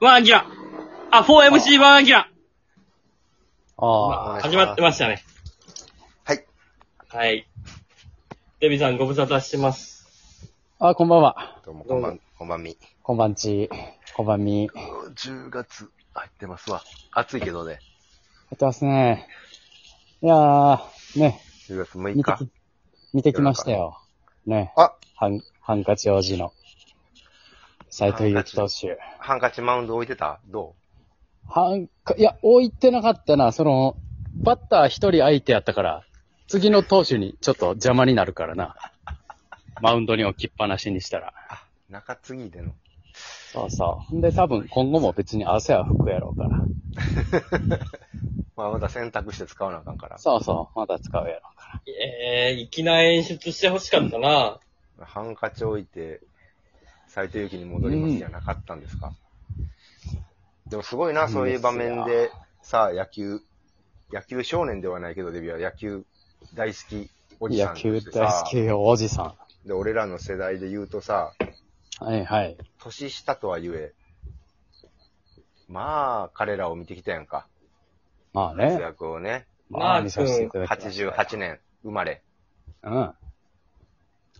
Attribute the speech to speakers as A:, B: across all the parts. A: ワンアキラあ、4MC ワンアキラ
B: ああ。
A: 始まってましたね。
C: はい。
A: はい。デビさんご無沙汰してます。
B: あ、こんばんは。
C: どうも、こんばん、こんばんみ。
B: こんばんち。こんばんみ。や
C: 10月入ってますわ。暑いけどね。
B: ってますね。いやー、ね、
C: 10月6
B: 見て
C: 日。
B: き、見てきましたよ。ね。
C: あ
B: ハン、ハンカチ王子の、斎藤祐樹投手。
C: ハンカチマウンド置いてたど
B: ハンカ、いや、置いてなかったな。その、バッター一人相手やったから、次の投手にちょっと邪魔になるからな。マウンドに置きっぱなしにしたら。
C: う中継ぎでの。
B: そうそう。んで、多分今後も別に汗は拭くやろうから。
C: まあ、まだ選択して使わなあかんから。
B: そうそう。まだ使うやろうから。
A: えー、粋な演出してほしかったな。
C: ハンカチ置いて、斎藤由貴に戻りますじゃなかったんですか、でもすごいな、そういう場面
B: いい
C: で、さあ、野球、野球少年ではないけど、デビューは野球大好きおじさ
B: 野
C: んと
B: 球
C: して
B: 大
C: さ
B: 好、きおじさ
C: で、俺らの世代で言うとさ、
B: ん。はいはい。
C: 年下とはゆえ、まあ、彼らを見てきたやんか。
B: まあ
C: 活
B: ね。
C: 躍をね。
B: ま
A: マー
B: あ
A: 君
B: 見させていただきました。
C: 88年生まれ。
B: うん。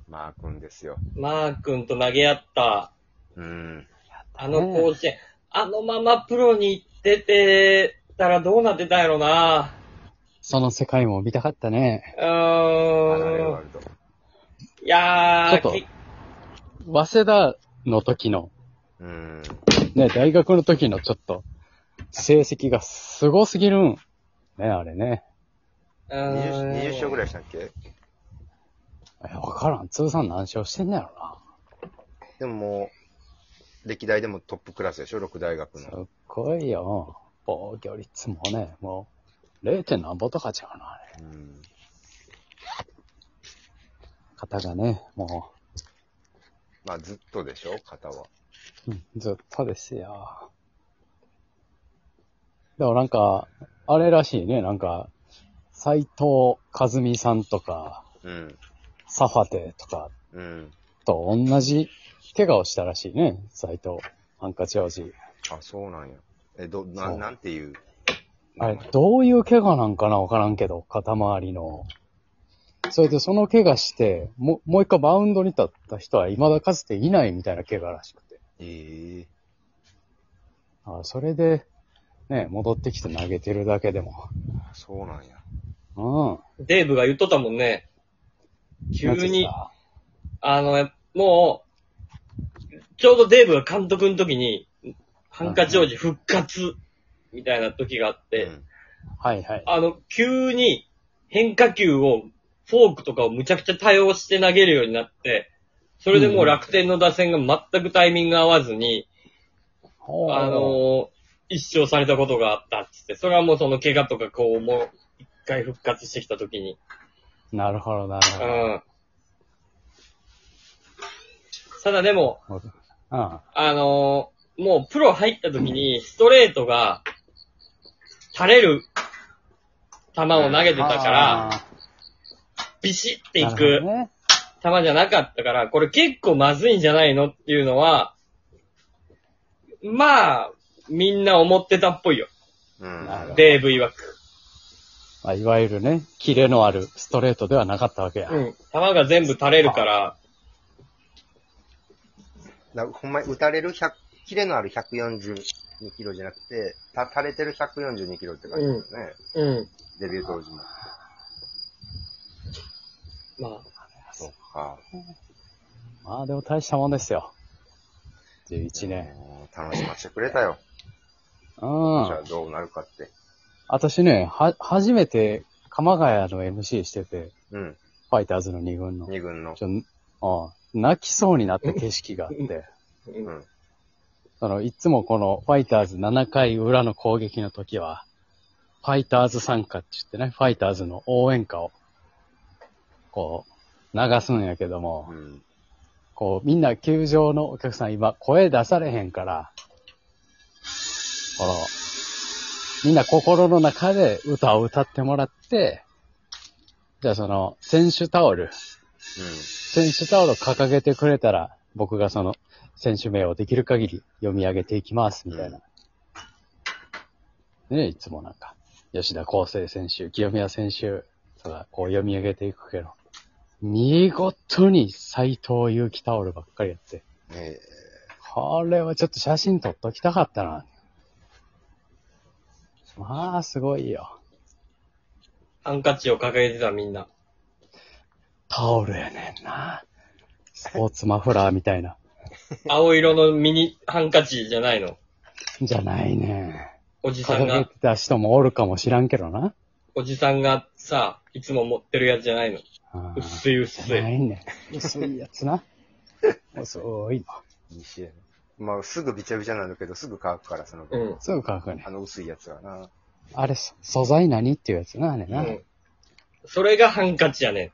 C: マー君ですよ。
A: マー君と投げ合った、
C: うん。
A: あの甲子園、あのままプロに出てたらどうなってたんやろな。
B: その世界も見たかったね。
A: う
C: アラレル
A: ー
C: ワ
A: ん。
C: ルド。
A: いやー、
B: ちょっと
A: き
B: 早稲田の時の、
C: うん。
B: ね、大学の時のちょっと、成績がすごすぎるん。ね、あれね。
A: うー
C: 20,
A: ん
C: 20勝ぐらいしたっけ
B: いやわからん。通算何勝してんねやろな。
C: でももう、歴代でもトップクラスでしょ、六大学
B: す
C: の。
B: っごいよ。防御率もね、もう、0. 点何ぼとかちゃうな、あれ。
C: うん。
B: 肩がね、も
C: まあ、ずっとでしょ、肩は。
B: う、うんずっとですよ。でもなんか、あれらしいね、なんか、斎藤和美さんとか、
C: うん。
B: サファテとか
C: うん。
B: と同じ怪我をしたらしいね、斎藤、ハンカチ王子。
C: あ、そうなんや。え、ど、な、
B: そうん
C: なんていう。
B: あれ、どういう怪我なんかなわからんけど、肩周りの。それでその怪我して、ももう一回マウンドに立った人は未だかつていないみたいな怪我らしくて。
C: ええ
B: あそれで、ね、戻ってきて投げてるだけでも。
C: あそうなんや。
B: うん。
A: デーブが言っとったもんね。急
B: なんて
A: に
B: 言っ、た
A: あの、もう、ちょうどデーブが監督の時に、ハンカチ王子復活、みたいな時があって、
C: うん
B: はいはい。
A: あの、急に変化球を、フォークとかをむちゃくちゃ多用して投げるようになって、それでもう楽天の打線が全くタイミング合わずに、
B: ほう
A: あの、一勝されたことがあったっつって、それはもうその怪我とかこう、もう一回復活してきた時に、
B: なるほど、なるほ
A: う
B: ど。
A: ん。ただでも、
B: うん。
A: あのーもうプロ入った時にストレートが垂れる球を投げてたから、
B: あ
A: ビシッ
B: ー、
A: てい
B: なる
A: く
B: ほどね。
A: 球じゃなかったから、これ結構まずいんじゃないのっていうのは、まあ、みんな思ってたっぽいよ。
C: うん。
B: なるほど
A: デーブ曰く。
B: まあ、いわゆるね、キレのあるストレートではなかったわけや。
A: うん。球が全部垂れるから、
C: なほんまに打たれる100、キレのある142キロじゃなくて、た垂れてる142キロって感じだよね。
A: うん。
C: デビュー当時も。
A: まあ、
C: そうか。
B: まあでも大したもんですよ。11年。
C: もう楽しませてくれたよ。
B: う
C: じゃ
B: ん
C: あ。どうなるかって。
B: 私ね、は、初めて、鎌ヶ谷の MC してて、
C: うん。
B: ファイターズの2軍の。
C: 二軍の。
B: ちょ、ああ泣きそうになった景色があって、
A: う。
C: うんん。
B: その、いつもこの、ファイターズ7回裏の攻撃の時は、ファイターズ参加って言ってね、ファイターズの応援歌を、こう、流すんやけども、
C: うん。
B: こう、みんな球場のお客さん今声出されへんから、この、みんな心の中で歌を歌ってもらって、じゃあその、選手タオル、選手タオルを掲げてくれたら、僕がその、選手名をできる限り読み上げていきます、みたいな。ねいつもなんか、吉田康生選手、清宮選手とか、こう読み上げていくけど、見事に斎藤祐樹タオルばっかりやって、
C: え
B: これはちょっと写真撮っときたかったな。まあ、すごいよ。
A: ハンカチを掲げてたみんな。
B: タオルやねんな。スポーツマフラーみたいな。
A: 青色のミニハンカチじゃないの。
B: じゃないね。
A: おじさん
B: 掲げ
A: が、
B: てた人もおるかもしらんけどな。
A: おじさんがさ、いつも持ってるやつじゃないの。
B: うん
A: 薄い薄。
B: ないいね。薄いや つな。薄いの。
C: え西へね。まあ、すぐびちゃびちゃなんだけど、すぐ乾くから、その、
A: うん。
B: すぐ乾くね
C: あ。の薄いやつはな。
B: あれ、そ素材何っていうやつな、あれ
A: う
B: な。
A: ん。それがハンカチやね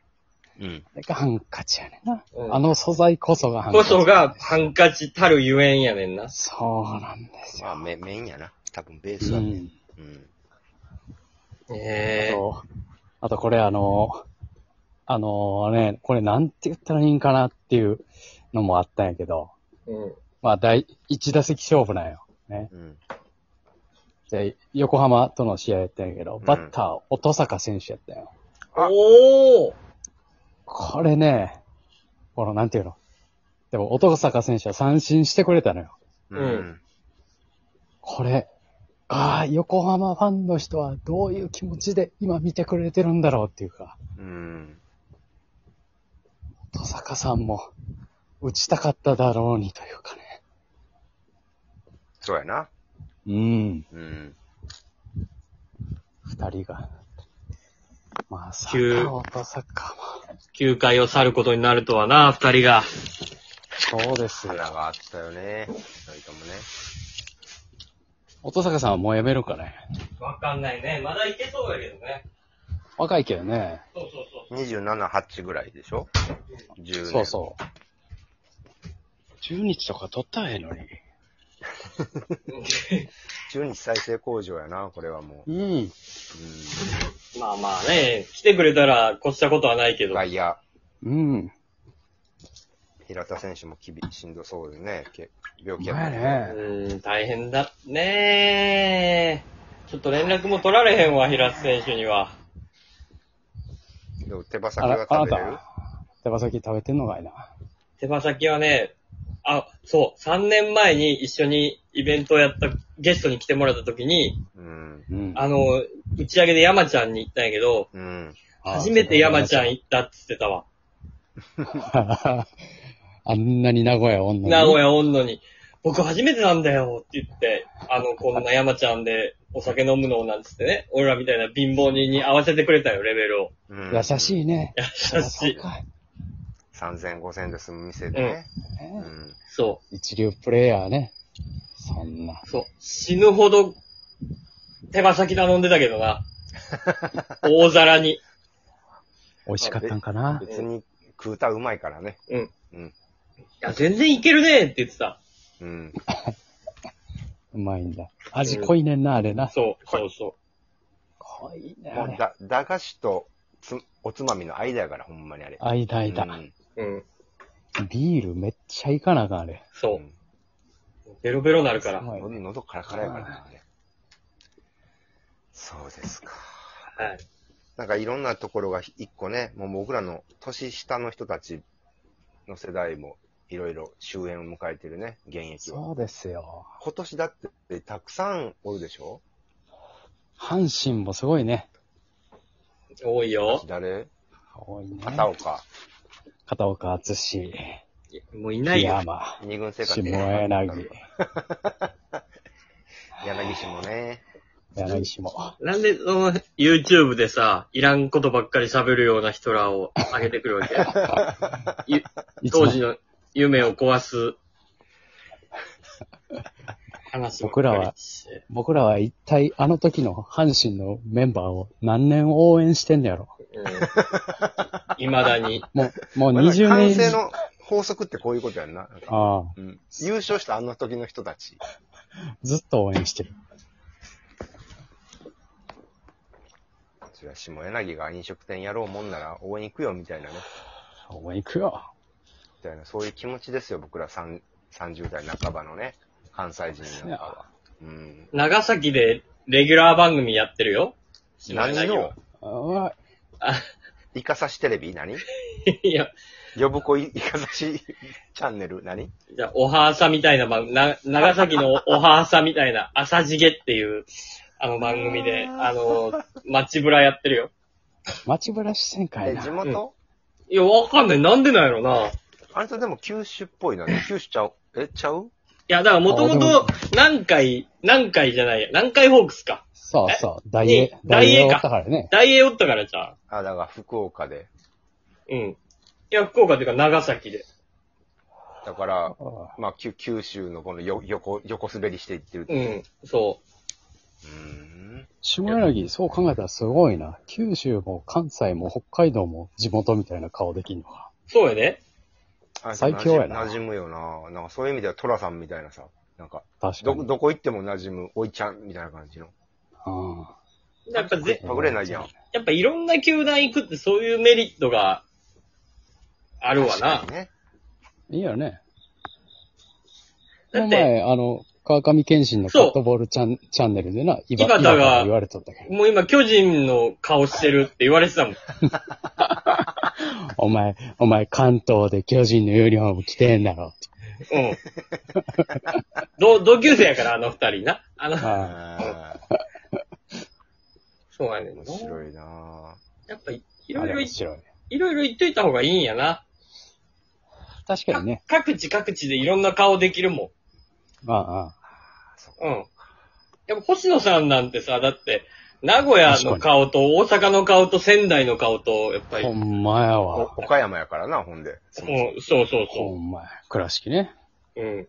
C: うん。
B: あれがハンカチやねんな。
A: うん
B: あの素材こそが
A: ん。
B: ハンカ
A: こ
B: チ。
A: そがハンカチたるゆえんやねんな。
B: そうなんですよ。
C: まあ、め、麺やな。多分、ベース
B: う
C: は。
B: ん。
C: うん。
B: あ
A: ええ
B: と、あとこれあの、あのね、これなんて言ったらいいんかなっていうのもあったんやけど、
A: うん。
B: まあ第1打席勝負なんよ。ね。
C: うん。
B: で、横浜との試合やったんやけど、バッター、音坂選手やったんよ。
C: あ
A: おー
B: これね、このなんていうの。でも、音坂選手は三振してくれたのよ。
A: うん。
B: これ、ああ、横浜ファンの人はどういう気持ちで今見てくれてるんだろうっていうか、
C: うん。
B: 戸坂さんも打ちたかっただろうにというかね。
C: そうやな。
B: うん。
C: うん。
B: 二人が。まあ、坂
A: 急
B: 本坂
A: 9回を去ることになるとはな、二人が。
B: も。そうですよ。
C: 花があったよね。二人ともね。
B: 音坂さんはもうやめるからね。
A: わかんないね。まだいけそうだけどね。
B: 若いけどね。
A: そうそうそう。
C: 27、8ぐらいでしょ ?10 年。
B: そうそう。中日とか取ったらええのに。
C: 中日再生工場やな、これはもう。
B: うん。
C: う
A: まあまあね、来てくれたら越したことはないけ
C: ん。
A: ど。
C: 外野、
B: うん。
C: 平田選手も厳しんどそうでね、け病気や
B: まあ
C: ね。
A: うー
B: ね。
A: ん、大変だねーちょっと連絡も取られへんわ、平津選手には。
C: でも手羽
B: あ
C: 先
B: ら
C: が、
B: あな
C: 食べれる
B: た、手羽先食べてんのかいな。
A: 手羽先はね、あ、そう、3年前に一緒にイベントをやった、ゲストに来てもらった時に、
C: うん。
B: うん。
A: あの、打ち上げで山ちゃんに行ったんやけど、
C: うん。
A: 初めて山ちゃん行ったって言ってたわ。
B: あんなに名古屋女
A: 名古屋おんのに、僕初めてなんだよって言って、あの、こんな山ちゃんでお酒飲むのなんつってね、俺らみたいな貧乏人に合わせてくれたよ、レベルを。
C: うん、
B: 優し
C: い。
B: いね。
A: 優しい。
C: 3000、5000で済む店でね。う
B: ね
C: ん。
A: そう。
B: 一流プレイヤーね。そんな。
A: そう。死ぬほど、手羽先頼んでたけどな。大皿に。
B: 美味しかったんかな。
C: 別に食うたうまいからね。
A: いや、全然いけるねって言ってた。
C: うん。
B: うまいんだ。味濃いねんな、あれな。
A: そう、そうそ
B: 濃いね、
C: も
B: あ
C: う
B: れ。
C: だ、駄菓子とつおつまみの間やから、ほんまにあれ。
B: 間間
C: う。ん。
A: う。うん。
B: ビールめっちゃいかなあかん、あれ。
A: そうう。
C: ん
A: ベロベロなるから。
B: す
A: は
B: ごい
C: 喉喉カラカラやからな、あれ。そうですか。
A: い。
C: なんかいろんなところが一個ね、もう僕らの年下の人たちの世代もいろいろ終焉を迎えてるね、現役は。
B: そうですよ。
C: 今年だってたくさんおるでしょ
B: 阪神もすごいね。
A: 多いよ。
C: 誰
B: 多いね。
C: 片岡。
B: 片岡厚志、
A: いやもういない
B: 檜
A: よ。
B: 山、
C: 二軍生活
B: 下柳、
C: 柳氏もね。
B: 柳下。
A: なんで、その、YouTube でさ、いらんことばっかり喋るような人らを上げてくるわ け。ゆ当時の夢を壊す。話ばっかり
B: 僕らは
A: して
B: 僕らは一体あの時の阪神のメンバーを何年応援してんのやろ。
A: うん。未だに。
B: もう、もう
C: まあ
B: 20
C: 完
B: 年以
C: 成
B: 上。
C: の法則ってこういうことやんな。なんか
B: ああ、
C: うん、優勝したあの時の人たち。
B: ずっと応援してる。
C: そりゃ下柳が飲食店やろうもんなら応援行くよみたいなね。
B: 応援行くよ。
C: たいな、そういう気持ちですよ、僕ら3 30代半ばのね、関西人なんかは。うん。
A: 長崎でレギュラー番組やってるよ。知らな
C: 何
A: いよ
C: の
B: あわ
A: あ、
C: イカサシテレビ何
A: いや、
C: 呼ぶ子いイカサシチャンネル何
A: じゃあおはーさみたいな番組、な長崎のおはーさみたいな、朝地げっていう、あの番組で、あの、街ブラやってるよ。
B: 街ぶらしてんかい
C: え、
B: な
C: 地。元、
A: いや、わかんない。なんでなんやろな。
C: あれとでも九州っぽいなね。九州ちゃうえ、ちゃう
A: いや、だからもとも
B: あで
A: と
B: も、
A: 何回、何回じゃないや、何回ホークスか。
B: そうそう、大英
A: え、
B: 大
A: 大英
B: 英
A: か
B: だからね。
A: 大英おったからじゃあ。
C: あ、だから福岡で。
A: うん。いや、福岡っていうか長崎で。
C: だから、
B: あ
C: まあ、きゅ九州のこのよ横、横滑りしていってる。
A: う、
C: うん
A: そ
C: ーん。
B: 下柳、そう考えたらすごいな。九州も関西も北海道も地元みたいな顔できんのか。
A: う。そうやね。
C: あ
B: 最強やな
C: 馴染むよな。なんかそういう意味ではトラさんみたいなさ。なんか、
B: 確か
C: ど、
B: に。
C: どこ行っても馴染む、おいちゃんみたいな感じの。
B: うん
A: やっぱぜ、
C: パクれないじゃん。
A: やっぱいろんな球団行くってそういうメリットがあ
C: あ
A: るわな。
C: ね。
B: いいよね。こ
A: だ
B: の
A: って、
B: 前、あの、川上健信のカ
A: そう
B: ットボールチャンチャンネルでな、イバ
A: 井端が
B: イバが言われとったけど、
A: もう今巨人の顔してるって言われてたもん。
B: お前、お前関東で巨人のユニフォーム着てんだろって。
A: うん。同 同級生やから、あの二人な。あの、
B: あ
C: あ
A: そうや
C: ー
A: ねんな
C: 面。白いな
A: やっぱいい
B: い
A: ろいろ
B: 面
A: い、
B: 白い。
A: いろいろ言っといた方がいいんやな。
B: 確かにね。
A: 各地各地でいろんな顔できるもん。
B: ああ、
A: うん。やっぱ星野さんなんてさ、だって、名古屋の顔と大阪の顔と仙台の顔と、やっぱり、
B: ほ
A: うん
B: まや
C: お
B: わ。
C: 岡山やからな、ほんで。そもそも
A: ん、そうそう
B: ほ
A: そ
B: んまや。倉敷ね。
A: う。うん。